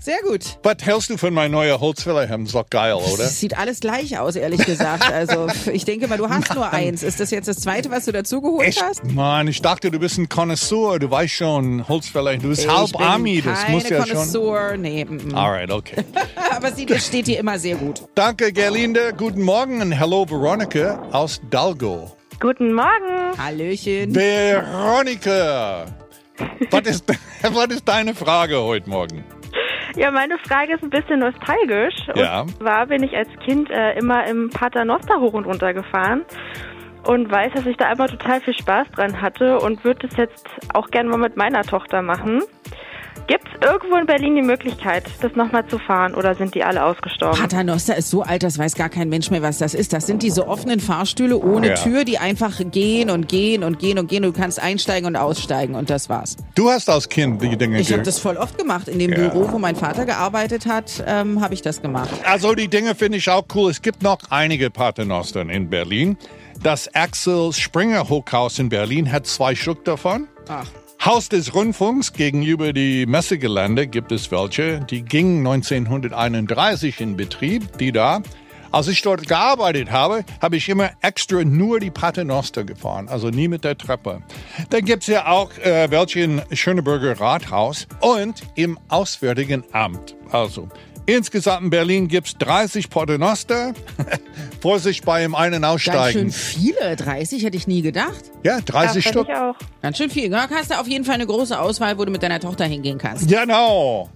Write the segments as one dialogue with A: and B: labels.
A: Sehr gut.
B: Was hältst du von meinem neuen Holzfällerhemd? Ist doch geil, oder?
A: Das sieht alles gleich aus, ehrlich gesagt. Also, ich denke mal, du hast nur eins. Ist das jetzt das zweite, was du dazugeholt hast?
B: Mann, ich dachte, du bist ein Connoisseur. Du weißt schon, Holzfäller, du bist halb
A: ich bin
B: Army. Das
A: keine
B: muss ja schon...
A: Connoisseur. Nee, mm, mm.
B: Alright, okay.
A: aber sie das steht dir immer sehr gut.
B: Danke, Gerlinde. Guten Morgen und hello, Veronica aus Dalgo.
C: Guten Morgen.
A: Hallöchen.
B: Veronica, was ist, was ist deine Frage heute Morgen?
C: Ja, meine Frage ist ein bisschen nostalgisch.
B: Ja.
C: Und zwar bin ich als Kind äh, immer im Paternoster hoch und runter gefahren und weiß, dass ich da immer total viel Spaß dran hatte und würde es jetzt auch gerne mal mit meiner Tochter machen. Gibt es irgendwo in Berlin die Möglichkeit, das nochmal zu fahren oder sind die alle ausgestorben?
A: Paternoster ist so alt, das weiß gar kein Mensch mehr, was das ist. Das sind diese offenen Fahrstühle ohne
B: Ja.
A: Tür, die einfach gehen und gehen und gehen und gehen. Du kannst einsteigen und aussteigen und das war's.
B: Du hast als Kind die Dinge
A: Ich habe
B: ge-
A: das voll oft gemacht. In dem
B: Ja.
A: Büro, wo mein Vater gearbeitet hat, ähm, habe ich das gemacht.
B: Also die Dinge finde ich auch cool. Es gibt noch einige Paternostern in Berlin. Das Axel Springer Hochhaus in Berlin hat zwei Stück davon.
A: Ach.
B: Haus des Rundfunks gegenüber die Messegelände gibt es welche. Die gingen 1931 in Betrieb, die da. Als ich dort gearbeitet habe, habe ich immer extra nur die Paternoster gefahren, also nie mit der Treppe. Dann gibt es ja auch äh, welche im Schöneburger Rathaus und im Auswärtigen Amt. Also insgesamt in Berlin gibt es 30 Paternoster. Vorsicht beim einen
A: Ganz schön
B: Aussteigen.
A: viele, 30 hätte ich nie gedacht.
B: Ja,
C: Ja,
B: 30
C: fand
B: Stück.
C: ich auch.
A: Ganz schön viel. Da hast du auf jeden Fall eine große Auswahl, wo du mit deiner Tochter hingehen kannst.
B: Genau.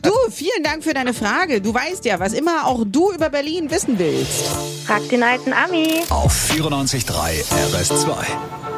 A: Du, vielen Dank für deine Frage. Du weißt ja, was immer auch du über Berlin wissen willst.
C: Frag den alten Ami.
D: Auf 94.3 RS2.